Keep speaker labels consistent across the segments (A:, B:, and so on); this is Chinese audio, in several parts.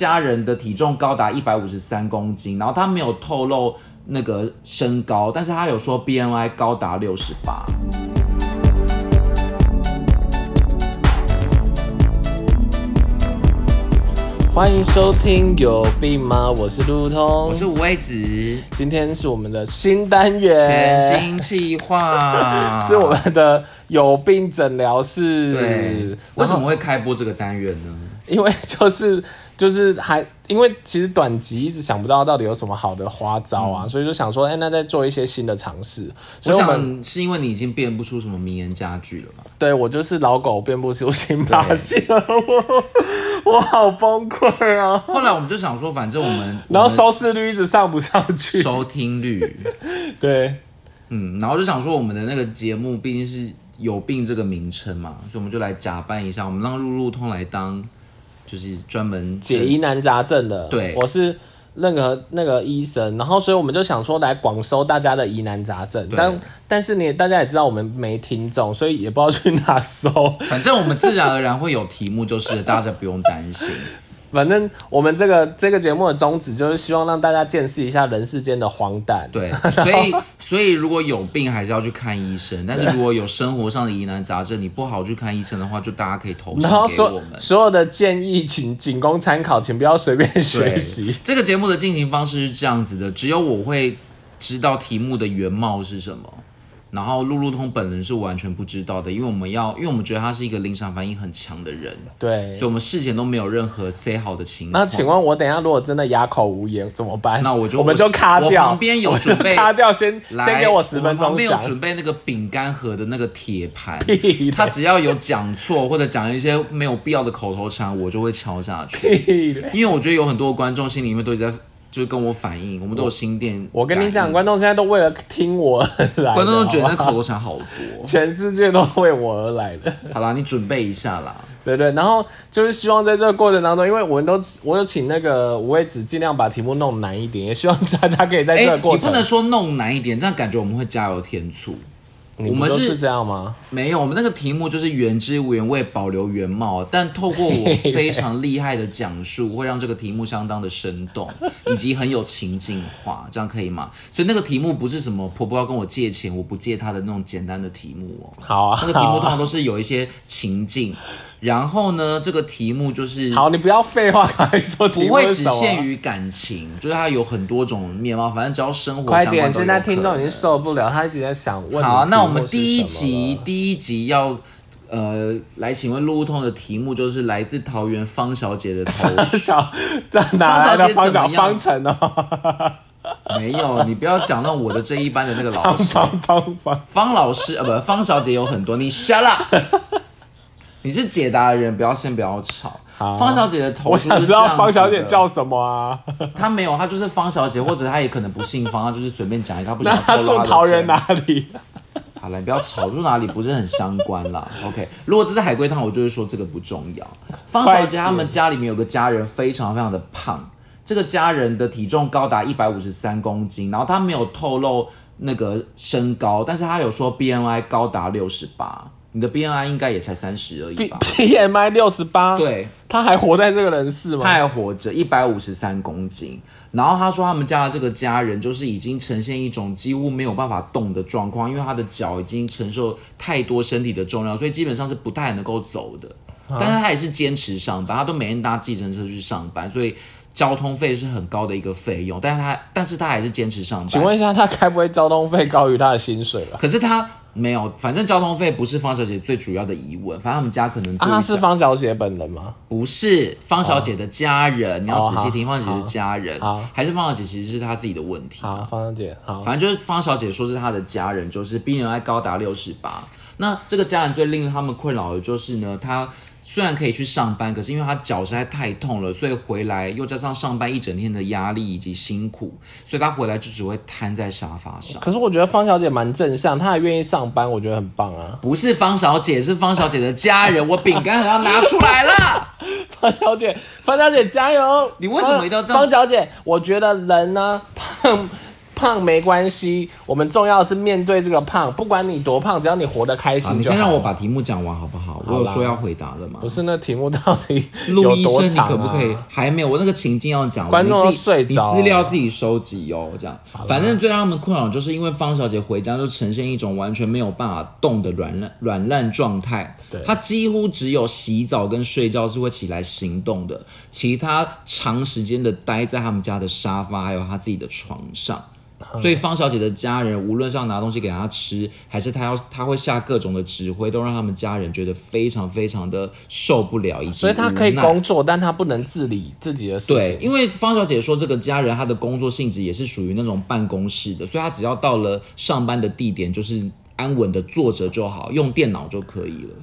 A: 家人的体重高达一百五十三公斤，然后他没有透露那个身高，但是他有说 BMI 高达六十八。
B: 欢迎收听《有病吗》，我是路通，
A: 我是五味子，
B: 今天是我们的新单
A: 全
B: 元，
A: 新啊计划
B: 呃 是我们的有病诊疗室
A: 对。，为什么会开播这个单元呢？
B: 因为就是就是还因为其实短期一直想不到到底有什么好的花招啊，所以就想说，哎、那再做一些新的尝试。
A: 嗯我
B: 所以我们
A: 想是因为你已经变不出什么名言佳句了吧？
B: 对我就是老狗遍布出新把戏了，我 我好崩溃啊！
A: 后来我们就想说，反正我 们
B: 然后
A: 我们
B: 收视率一直上不上去，
A: 收听率，
B: 对。
A: 嗯，然后就想说我们的那个节目毕竟是有病这个名称嘛，所以我们就来假扮一下，我们让路路通来当，就是专门
B: 解疑难杂症的。
A: 对
B: 我是那个那个医生，然后所以我们就想说来广收大家的疑难杂症，
A: 对
B: 但但是你大家也知道我们没听众，所以也不知道去哪搜。
A: 反正我们自然而然会有题目，就是了大家不用担心。
B: 反正我们这个这个节目的宗旨就是希望让大家见识一下人世间的荒诞。
A: 对，所以所以如果有病还是要去看医生，但是如果有生活上的疑难杂症，你不好去看医生的话，就大家可以投信
B: 然后
A: 给我
B: 所
A: 们。
B: 所有的建议请仅供参考，请不要随便学
A: 对
B: 习。，
A: 这个节目的进行方式是这样子的，只有我会知道题目的原貌是什么。然后路路通本人是完全不知道的，因为我们要，因为我们觉得他是一个临场反应很强的人，
B: 对
A: 所以，我们事前都没有任何 say 好的情况。
B: 那请问我等一下如果真的哑口无言怎么办？
A: 那我就
B: 我们就卡
A: 我
B: 掉，
A: 旁边有
B: 我就
A: 准备
B: 卡掉，先
A: 来，
B: 先给我十分
A: 我旁
B: 钟
A: 边
B: 想
A: 有。准备那个饼干盒的那个铁盘
B: 屁嘞，
A: 他只要有讲错或者讲一些没有必要的口头禅，我就会敲下 去。
B: 屁嘞
A: 因为我觉得有很多观众心里面都一直在就是跟我反映，我们都有心电。
B: 我跟你讲，
A: 观
B: 观众现在都为了听我而来的，
A: 观众都觉得那
B: 好不好
A: 口头禅好 多。
B: 全世界都为我而来的，
A: 好啦，你准备一下啦。
B: 对对。然后就是希望在这个过程当中，因为我们都我有请那个五位子尽量把题目弄难一点，也希望大家可以在
A: 哎、
B: 这个
A: 你
B: 过
A: 不
B: 程，
A: 能说弄难一点，这样感觉我们会加油添醋。
B: 你
A: 我
B: 不
A: 们
B: 都
A: 是
B: 是这样吗？
A: 没有，我们那个题目就是原汁原味，保留原貌，但透过 我非常厉害的讲述，会让这个题目相当的生动，以及很有情境化，这样可以吗？所以那个题目不是什么婆婆要跟我借钱，我不借她的那种简单的题目哦，
B: 好啊，
A: 那个题目
B: 好
A: 通
B: 啊
A: 常都是有一些情境，然后呢，这个题目就是
B: 好，你不要废话，还说题
A: 不
B: 目
A: 会
B: 是
A: 只
B: 什么
A: 限于感情，就是它有很多种面貌，反正只要生活
B: 快
A: 相关
B: 点，
A: 都有
B: 现在
A: 可
B: 听众已
A: 能
B: 经受不了，他一直在想问你题目是什么了。
A: 好，那我们第一集第一集要呃来，请问路通的题目就是来自桃园方小姐的投 诉。
B: 小这哪来的
A: 方小姐怎么
B: 方小
A: 样
B: 方程哦？
A: 没有，你不要讲到我的这一班的那个老
B: 方
A: 师
B: 方方方。
A: 方老师呃，不，方小姐有很多，你 shut up。你是解答的人，不要先不要吵。
B: 好
A: 方小姐的投
B: 我
A: 诉是这样子
B: 想知
A: 的，
B: 道方小姐叫什么啊？
A: 她没有，她就是方小姐，或者她也可能不姓方，她就是随便讲一个，她不
B: 那
A: 想
B: 她住桃园
A: 哪？
B: 哪里？
A: 好了，你不要吵，住哪里不是很相关啦。OK，如果这是海龟汤，我就会说这个不重要。方小姐他们家里面有个家人非常非常的胖，这个家人的体重高达一百五十三公斤，然后她没有透露那个身高，但是她有说 BMI 高达六十八，你的 BMI 应该也才三十而
B: B
A: 已吧？
B: P M I 六十八，，
A: 对，
B: 他还活在这个人世
A: 他
B: 吗？
A: 还活着，一百五十三公斤。然后他说，他们家的这个家人就是已经呈现一种几乎没有办法动的状况，因为他的脚已经承受太多身体的重量，所以基本上是不太能够走的。
B: 啊
A: 但是他也是坚持上班，他都每天搭计程车去上班，所以交通费是很高的一个费用。但是他，但是他还是坚持上班。
B: 请问一下，他该不会交通费高于他的薪水吧？
A: 可是他没有，反正交通费不是方小姐最主要的疑问。反正他们家可能
B: 啊，
A: 对于
B: 他是
A: 小
B: 方小姐本人吗？
A: 不是方小姐的家人，你要仔细听，
B: 好
A: 方小姐的家人
B: 哦好好，
A: 还是方小姐其实是她自己的问题。
B: 好，方小姐，好，
A: 反正就是方小姐说是她的家人，就是 BMI 高达六十八。那这个家人最令他们困扰的就是呢，她虽然可以去上班，可是因为她脚实在太痛了，所以回来又加上上班一整天的压力以及辛苦，所以她回来就只会瘫在沙发 上。
B: 可是我觉得方小姐蛮正向，她还愿意上班，我觉得很棒啊。
A: 不是方小姐，是方小姐的家人。我饼干盒要拿出来了。
B: 方小姐，方小姐加油！啊
A: 你为什么一定要这样
B: 方小姐，我觉得人呢、胖 胖没关系，我们重要的是面对这个胖，不管你多胖，只要你活得开
A: 好，
B: 心
A: 你
B: 就好。
A: 先让我把题目讲完好不好？我有
B: 啦
A: 说要回答了吗？
B: 不是那题目到底
A: 陆
B: 有
A: 医
B: 多
A: 生，你
B: 长、啊、
A: 可不可以？还没有，我那个情境要讲完，
B: 观众
A: 你
B: 都
A: 自己
B: 睡着
A: 你资料
B: 了
A: 自己收集哦。这样，反正最让他们困扰，就是因为方小姐回家就呈现一种完全没有办法动的软烂软烂状态
B: 对，
A: 她几乎只有洗澡跟睡觉是会起来行动的，其他长时间的待在他们家的沙发还有她自己的床上。
B: 嗯
A: 所以方小姐的家人，无论是要拿东西给她吃，还是她要她会下各种的指挥，都让他们家人觉得非常非常的受不了，以及
B: 所以他可
A: 无
B: 以
A: 奈
B: 工作，但他不能治理自己的
A: 嗯
B: 事
A: 对，
B: 情。
A: 因为方小姐说这个家人她的工作性质也是属于那种办公室的，所以她只要到了上班的地点，就是安稳的坐着就好，用电脑就可以了。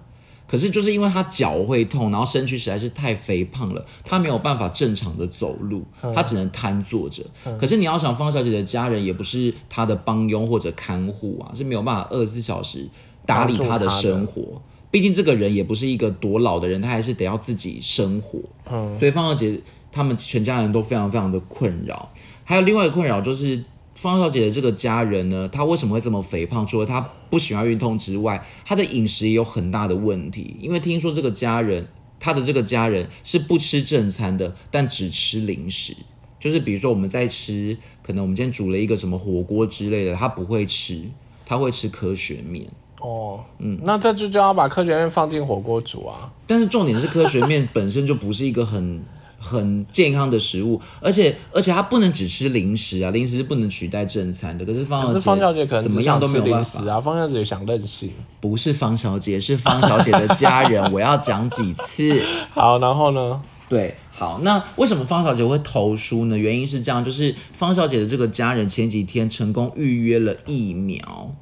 A: 可是就是因为她脚会痛，然后身躯实在是太肥胖了，她没有办法正常的走路，她只能瘫坐着。可是你要想，方小姐的家人也不是她的帮佣或者看护啊，是没有办法二十四小时打理
B: 帮助
A: 她的
B: 她的
A: 生活。毕竟这个人也不是一个多老的人，他还是得要自己生活。嗯，所以方小姐他们全家人都非常非常的困扰。还有另外一个困扰就是方小姐的这个家人呢，她为什么会这么肥胖？除了她不喜欢运动之外，她的饮食也有很大的问题。因为听说这个家人，她的这个家人是不吃正餐的，但只吃零食。就是比如说我们在吃，可能我们今天煮了一个什么火锅之类的，她不会吃，她会吃科学面。
B: 哦，嗯，那这就就要把科学院放进火锅煮啊。
A: 但是重点是科学面本身就不是一个很 很健康的食物，而且而且它不能只吃零食啊，零食是不能取代正餐的。可是方
B: 可是方小姐可能
A: 怎
B: 只
A: 么样
B: 想
A: 都没
B: 吃
A: 有办
B: 零
A: 法
B: 食。啊，方小姐想任性。
A: 不是方小姐，是方小姐的家人，我 要讲几次。
B: 好，然后呢？
A: 对，好，那为什么方小姐会投书呢？原因是这样，就是方小姐的这个家人前几天成功预约了疫苗。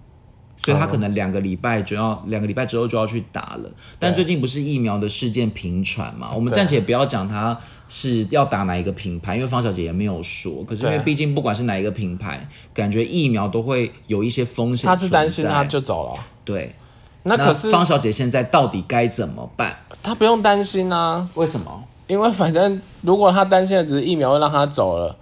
A: 所以她可能两个礼拜就要两个礼拜之后就要去打了，但最近不是疫苗的事件频传嘛？我们暂且不要讲她是要打哪一个品牌，因为方小姐也没有说。可是因为
B: 对
A: 毕竟不管是哪一个品牌，感觉疫苗都会有一些风险存在。
B: 她是担心她就走了。
A: 对，
B: 那可是
A: 方小姐现在到底该怎么办？
B: 她不用担心啊，
A: 为什么？
B: 因为反正如果她担心的只是疫苗会让她走了，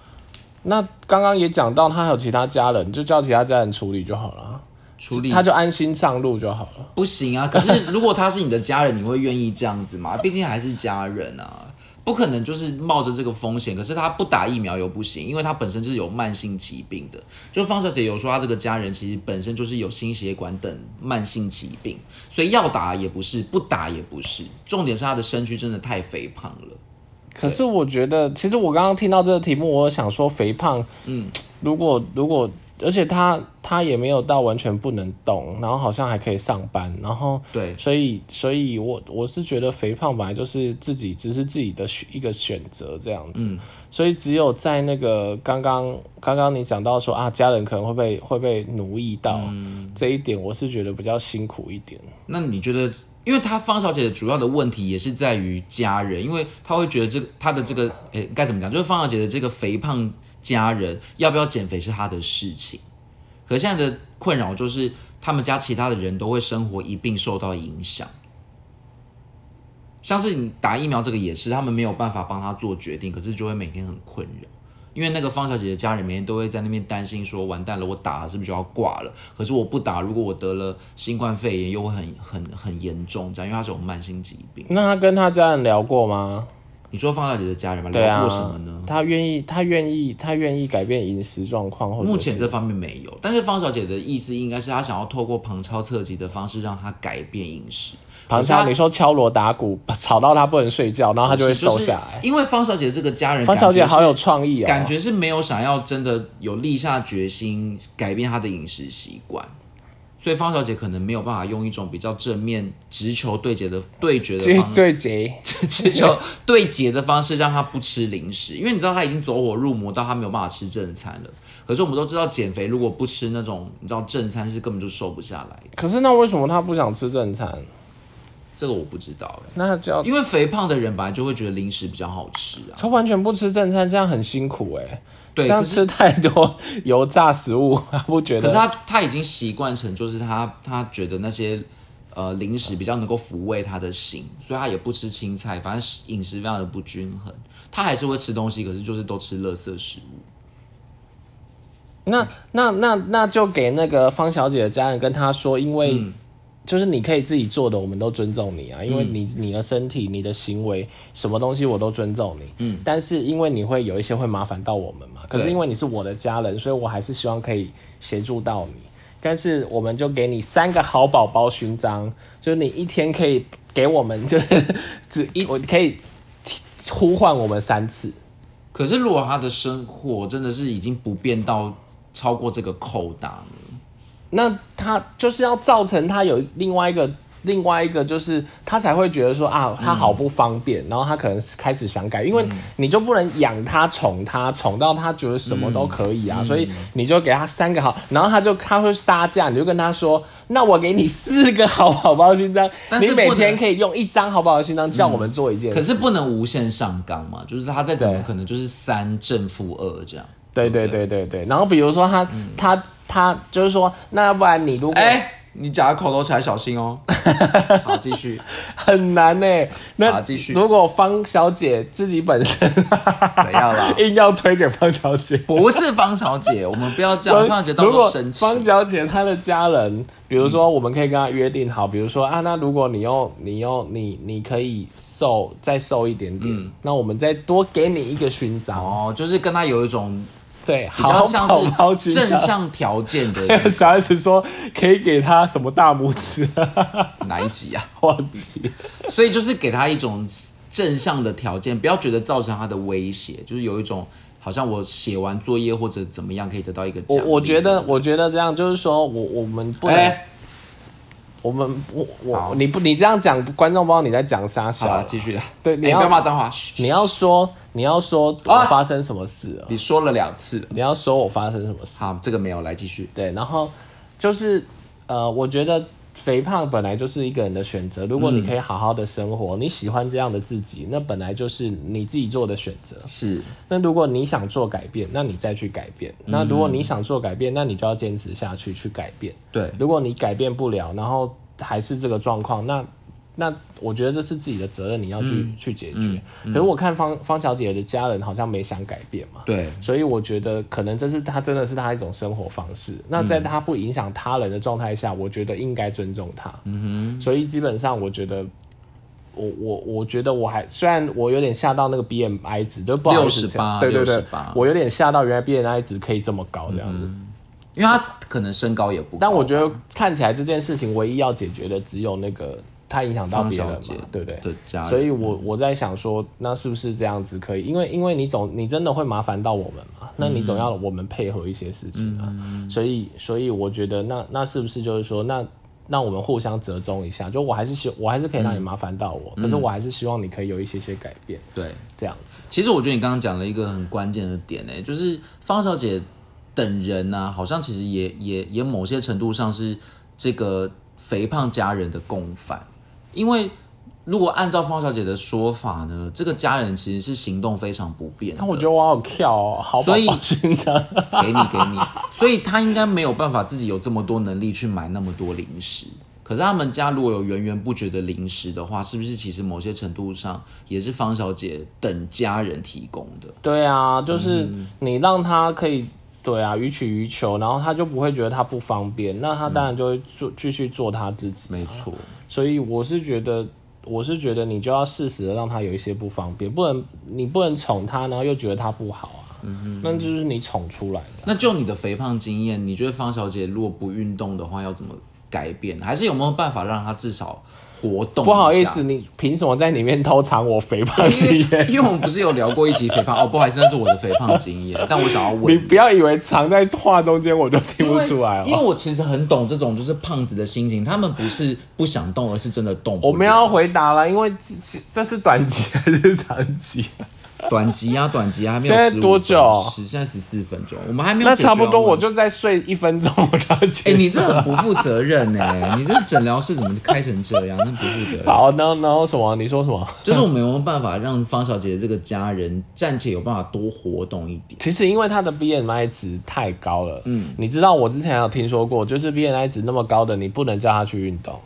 B: 那刚刚也讲到她还有其他家人，就叫其他家人处理就好了啊，
A: 处理
B: 她就安心上路就好了。
A: 不行啊！可是如果他是你的家人，你会愿意这样子吗？毕竟还是家人啊，不可能就是冒着这个风险。可是他不打疫苗又不行，因为他本身就是有慢性疾病的。就方小姐有说，她这个家人其实本身就是有心血管等慢性疾病，所以要打也不是，不打也不是。重点是她的身躯真的太肥胖了。
B: 可是我觉得，其实我刚刚听到这个题目，我想说肥胖，嗯，如果如果，而且他他也没有到完全不能动，然后好像还可以上班，然后
A: 对
B: 所以所以我我是觉得肥胖本来就是自己只是自己的选一个选择这样子，所以只有在那个刚刚刚刚你讲到说啊，家人可能会被会被奴役到、这一点，我是觉得比较辛苦一点。
A: 那你觉得，因为她方小姐的主要的问题也是在于家人，因为她会觉得这个她的这个，诶、该怎么讲？就是方小姐的这个肥胖家人要不要减肥是她的事情，可是现在的困扰就是他们家其他的人都会生活一并受到影响。像是你打疫苗这个也是，他们没有办法帮她做决定，可是就会每天很困扰。因为那个方小姐的家人每天都会在那边担心说，完蛋了，我打了是不是就要挂了？可是我不打，如果我得了新冠肺炎，又会很很很严重，这样，因为她是有慢性疾病。
B: 那他跟他家人聊过吗？
A: 你说方小姐的家人吗？
B: 对
A: 聊
B: 啊，
A: 过什么呢？
B: 他愿意，他愿意，他愿意改变饮食状况，或者是
A: 目前这方面没有，但是方小姐的意思应该是她想要透过旁敲侧击的方式让她改变饮食。
B: 旁敲，你说敲锣打鼓，把吵到他不能睡觉，然后他
A: 她
B: 就会瘦下来。
A: 因为方小姐这个家人，
B: 方小姐好有创意啊、
A: 感觉是没有想要真的有立下决心改变她的饮食习惯，所以方小姐可能没有办法用一种比较正面、直球对决的对决的
B: 最
A: 方式，
B: 最结，
A: 直球对决的方式让她不吃零食，因为你知道她已经走火入魔到她没有办法吃正餐了。可是我们都知道，减肥如果不吃那种你知道正餐是根本就瘦不下来的，
B: 可是那为什么他不想吃正餐？
A: 这个我不知道哎、
B: 那叫
A: 因为肥胖的人本来就会觉得零食比较好吃啊，
B: 他完全不吃正餐，这样很辛苦哎、
A: 对，
B: 这样
A: 可是
B: 吃太多油炸食物，他不觉
A: 可是
B: 得？
A: 他他已经习惯成，就是他他觉得那些呃零食比较能够抚慰他的心，所以他也不吃青菜，反正饮食非常的不均衡。他还是会吃东西，可是就是都吃垃圾食物。
B: 那那那那就给那个方小姐的家人跟她说，因为就是你可以自己做的，我们都尊重你啊，因为你你的身体、你的行为，什么东西我都尊重你。嗯，但是因为你会有一些会麻烦到我们嘛，可是
A: 对
B: 因为你是我的家人，所以我还是希望可以协助到你。但是我们就给你三个好宝宝勋章，就是你一天可以给我们就是 只一我可以呼唤我们三次。
A: 可是如果他的生活真的是已经不变到超过这个扣打了，
B: 那他就是要造成他有另外一个另外一个，就是他才会觉得说啊，他好不方便，然后他可能是开始想改，因为
A: 嗯
B: 你就不能养他宠他宠到他觉得什么都可
A: 嗯
B: 以啊，所以你就给他三个好，然后他就他会杀价，你就跟他说，那我给你四个好宝宝勋章，
A: 但是
B: 你每
A: 不能嗯
B: 天可以用一张好宝宝勋章叫我们做一件事，
A: 可是不能无限上纲嘛，就是他再怎么
B: 对
A: 可能就是三正负二这样。
B: 对对对对对，然后比如说他、他他就是说，那要不然你如果
A: 嗯哎、你夹口头禅小心 哦。好，继续。
B: 很难呢、欸那
A: 好继续
B: 如果方小姐自己本身
A: 怎样啦
B: 硬要推给方小姐，
A: 不是方小姐，我们不要这样，啊方小姐到时
B: 如
A: 候
B: 果
A: 生气。
B: 方小姐她的家人，比如说我们可以跟她约定好，比如说啊，那如果你又你又你你可以瘦再瘦一点点，那我们再多给你一个勋章，
A: 嗯哦，就是跟他有一种
B: 对，
A: 比较
B: 好
A: 像
B: 宝宝
A: 是
B: 勋
A: 正
B: 章。
A: 向条件的
B: 小 S 说可以给她什么大 拇指，
A: 哪一集啊？
B: 忘记。
A: 所以就是给他一种正向的条件，不要觉得造成他的威胁，就是有一种好像我写完作业或者怎么样可以得到一个奖
B: 我
A: 励。
B: 我觉得，我觉得这样就是说，我我们不
A: 哎、
B: 能我们我
A: 好
B: 我你不你这样讲，观众不知道你在讲啥
A: 好了，
B: 小。
A: 继续啦。
B: 对
A: 哎
B: 你
A: 不
B: 要
A: 要骂脏话。嘘
B: 你要说你要说
A: 啊
B: 我发生什么事了，
A: 你说了两次了。
B: 你要说我发生什么事。
A: 好，这个没有，来继续。
B: 对，然后就是呃，我觉得肥胖本来就是一个人的选择。如果
A: 嗯
B: 你可以好好的生活，你喜欢这样的自己，那本来就是你自己做的选择。
A: 是，
B: 那如果你想做改变，那你再去改变。那
A: 嗯
B: 如果你想做改变，那你就要坚持下去去改变。
A: 对，
B: 如果你改变不了，然后还是这个状况，那那我觉得这是自己的责任，你要去、去解决。可是我看方方小姐的家人好像没想改变嘛，
A: 对，
B: 所以我觉得可能这是她真的是她一种生活方式。那在她不影响他人的状态下，我觉得应该尊重她。嗯哼，所以基本上我觉得。我我我觉得我还虽然我有点吓到那个 BMI 值，就不好意思
A: 68
B: 对对对
A: 68，
B: 我有点吓到原来 BMI 值可以这么高这样子。
A: 因为他可能身高也不高，
B: 但我觉得看起来这件事情唯一要解决的只有那个它影响到
A: 方
B: 别人
A: 小
B: 嘛
A: 姐，
B: 对不对？
A: 的家人，
B: 所以我我在想说，那是不是这样子可以？因为因为你总你真的会麻烦到我们
A: 嗯
B: 嘛，那你总要我们配合一些事情啊。所以所以我觉得那那是不是就是说那。那我们互相折中一下，就我还是希我还是可以让你麻烦到
A: 嗯
B: 我，可是我还是希望你可以有一些些改变，
A: 对。
B: 这样子。
A: 其实我觉得你刚刚讲了一个很关键的点诶、就是方小姐等人呐、好像其实也也也某些程度上是这个肥胖家人的共犯，因为如果按照方小姐的说法呢，这个家人其实是行动非常不便的
B: 但我觉得我好跳、哦，好宝
A: 所以
B: 宝勋章，
A: 给你给你，所以他应该没有办法自己有这么多能力去买那么多零食。可是他们家如果有源源不绝的零食的话，是不是其实某些程度上也是方小姐等家人提供的？
B: 对啊，就是
A: 嗯
B: 你让他可以。对啊，予取予求，然后他就不会觉得他不方便，那他当然就会做继续做他自己。
A: 没错，
B: 所以我是觉得，我是觉得你就要适时的让他有一些不方便，不能你不能宠他，然后又觉得他不好啊，
A: 嗯
B: 那就是你宠出来的。
A: 那就你的肥胖经验，你觉得方小姐如果不运动的话，要怎么改变？还是有没有办法让她至少活动？
B: 不好意思，，你凭什么在里面偷藏我肥胖经
A: 因为
B: 验？
A: 因为我们不是有聊过一起肥胖哦，不好意思，那是我的肥胖经 验，但我想要问
B: 你不要以为藏在话中间我就听
A: 因
B: 不
A: 为
B: 出来
A: 因为
B: 哦。
A: 我其实很懂这种就是胖子的心情，他们不是不想动，而是真的动不了。
B: 我们要回答了，因为这这这是短期还是长期？
A: 短集啊，短集啊，还没有
B: 现在
A: 15
B: 多久
A: 分十现在十四分钟，我们还没有
B: 那
A: 解决
B: 差不多，
A: 完
B: 我就再睡一分钟，我就要
A: 哎、
B: 结 束。
A: 你这很不负责任哎、你这诊疗室怎么开成这样？真不负责任。
B: 好，然后然后什么？你说什么？
A: 就是我们有没有办法让方小姐这个家人暂且有办法多活动一点？
B: 其实因为他的 BMI 值太高了，嗯，你知道我之前有听哦说过，就是 BMI 值那么高的，你不能叫他去运动，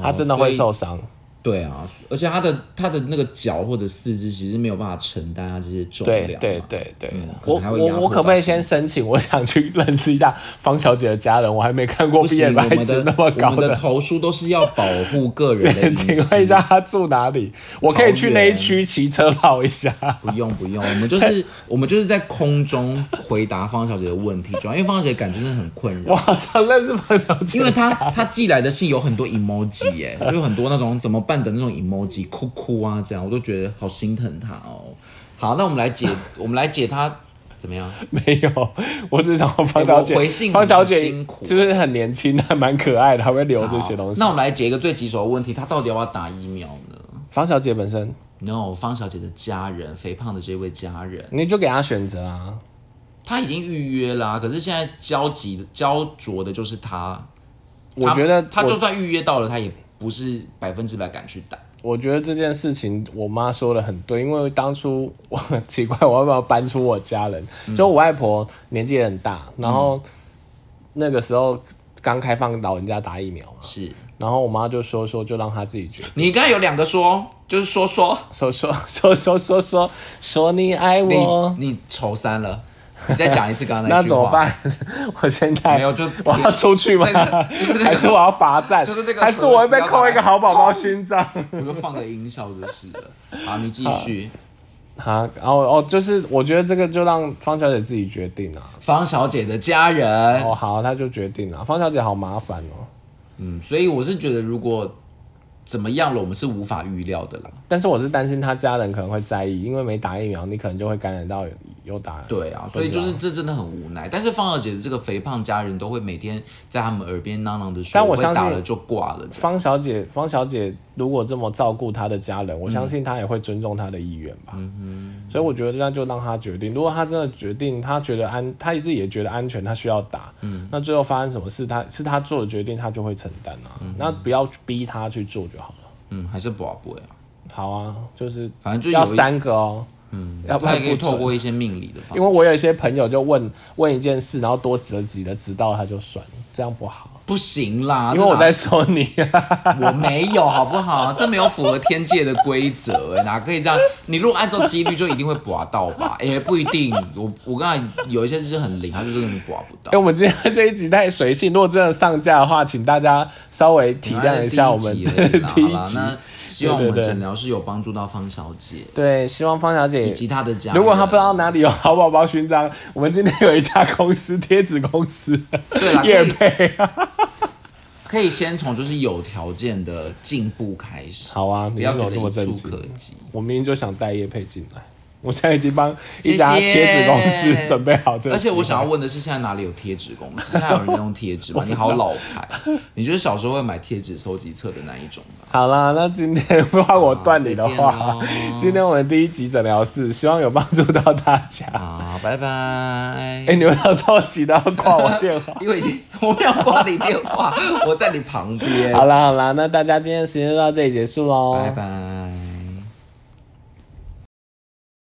B: 他真的会受伤。
A: 哦对啊，而且他的他的那个脚或者四肢其实没有办法承担他这些重量啊
B: 对
A: 嘛。
B: 对对对，
A: 可
B: 我
A: 能还会压
B: 我
A: 迫
B: 我嗯可不可
A: 到
B: 以先申请？我想去认识一下方小姐的家人，我还没看过
A: 不
B: 毕业
A: 行，
B: 白
A: 我
B: 纸
A: 们
B: 那
A: 的
B: 么高
A: 我们的投诉都是要保护个人的
B: 对
A: 隐
B: 请
A: 私。
B: 问一下，他住哪里？我可以去那一区骑车绕一下。
A: 不用不用，我们就是我们就是在空中回答方小姐的问题，主要因为方小姐感觉真的很困扰
B: 我。好像认识方小姐，
A: 因为她她寄来的信有很多 emoji 耶、就有很多那种怎么办的那种 emoji，哭哭啊这样，我都觉得好心疼她哦。好，那我们来 解，我们来解她怎么样？
B: 没有，我只想说方小姐，
A: 哎我回信很
B: 方小姐
A: 辛苦
B: 就是很年轻，还蛮可爱的，还会留这些东西
A: 那。我们来解一个最棘手的问题，她到底要不要打疫苗呢
B: 方小姐本身，
A: ？No，方小姐的家人，肥胖的这位家人，
B: 你就给她选择啊。
A: 她已经预约啦、可是现在焦急焦灼的就是她。
B: 我觉得
A: 她她
B: 我
A: 就算预约到了，她也不是百分之百敢去打。
B: 我觉得这件事情，我妈说的很对，因为当初 我奇怪，我要不要搬出我家人？
A: 嗯
B: 就我外婆年纪也很大，然后那个时候刚开放老人家打疫苗嘛，
A: 是
B: 然后我妈就说说，就让她自己决定，
A: 你刚才有两个说，就是说说。
B: 说说说说说说说你爱我，
A: 你你愁三了，你再讲一次刚刚
B: 那
A: 句
B: 怎么
A: 话。
B: 办？我现在
A: 没有就
B: 我要出去吗？
A: 那个就是那个
B: 还是我要罚站？
A: 就是那个
B: 还是我会被扣一个好宝宝勋 章？
A: 我就放个音效就是了。好，你继续。
B: 啊，然后哦，就是我觉得这个就让方小姐自己决定啊。
A: 方小姐的家人，
B: 哦，好，她就决定了。方小姐好麻烦哦，
A: 嗯，所以我是觉得如果怎么样了，我们是无法预料的啦。
B: 但是我是担心她家人可能会在意，因为没打疫苗，你可能就会感染到有有打。
A: 对啊，所以就是这真的很无奈。但是方小姐的这个肥胖家人都会每天在他们耳边囔囔的说，
B: 但我
A: 会
B: 相信
A: 打了就挂了这样。
B: 方小姐，方小姐如果这么照顾她的家
A: 嗯
B: 人，我相信她也会尊重她的意愿吧。所以我觉得那就让她决定。如果她真的决定，她觉得安，她自己也觉得安全，她需要打，
A: 嗯
B: 那最后发生什么事，她是她做的决定，她就会承担啊。那不要逼她去做就好了。
A: 嗯，还是不好不啊，
B: 好啊，就是
A: 反正就有
B: 要
A: 一
B: 三个哦，嗯，要不
A: 他
B: 然
A: 也可以
B: 不
A: 透
B: 准。
A: 过一些命理的方
B: 因为我有一些朋友就问问一件事，然后多指了几的，直到他就算了，这样不好。
A: 不行啦，
B: 因为我
A: 啊这哪
B: 在说你、啊
A: 我没有，好不好？这没有符合天界的规则，哪可以这样？你如果按照几率，就一定会刮到 吧？哎、不一定。我我刚才有一些是很灵，他就是你刮不
B: 哎、
A: 到。
B: 我们今天 这一集太随性，如果真的上架的话，请大家稍微体谅一下我们
A: 的
B: 的第一
A: 好啦，
B: 集。
A: 那希望我们
B: 对对对
A: 诊疗是有帮助到方小姐
B: 对，希望方小姐
A: 以及她的家人。
B: 如果她不知道哪里有好宝宝勋章，我们今天有一家公司贴纸公司，
A: 对 啦，
B: 叶
A: 可以
B: 配。
A: 可以先从就是有条件的进步开始，
B: 好啊，
A: 不
B: 你
A: 要
B: 怎
A: 觉得
B: 么这么
A: 一触
B: 震惊
A: 可？及。
B: 我明明就想带叶配进来，我现在已经帮一家贴纸公
A: 谢
B: 司
A: 谢
B: 准备好这个
A: 而
B: 计划。
A: 且我想要问的是，现在哪里有贴纸公司？现在有人在用贴 纸吗？你好老牌，你就是小时候会买贴纸收集册的那一种吧？
B: 好啦，那今天 换我断你的话
A: 好再见。
B: 今天我们第一集诊疗室，希望有帮助到大家。
A: 好，啊拜拜。
B: 哎、。你们要着急的要挂我电话
A: 因为已经我没有挂你电话，我在你旁边。
B: 好啦好啦，那大家今天的时间就到这里结束喽。
A: 哎 拜拜。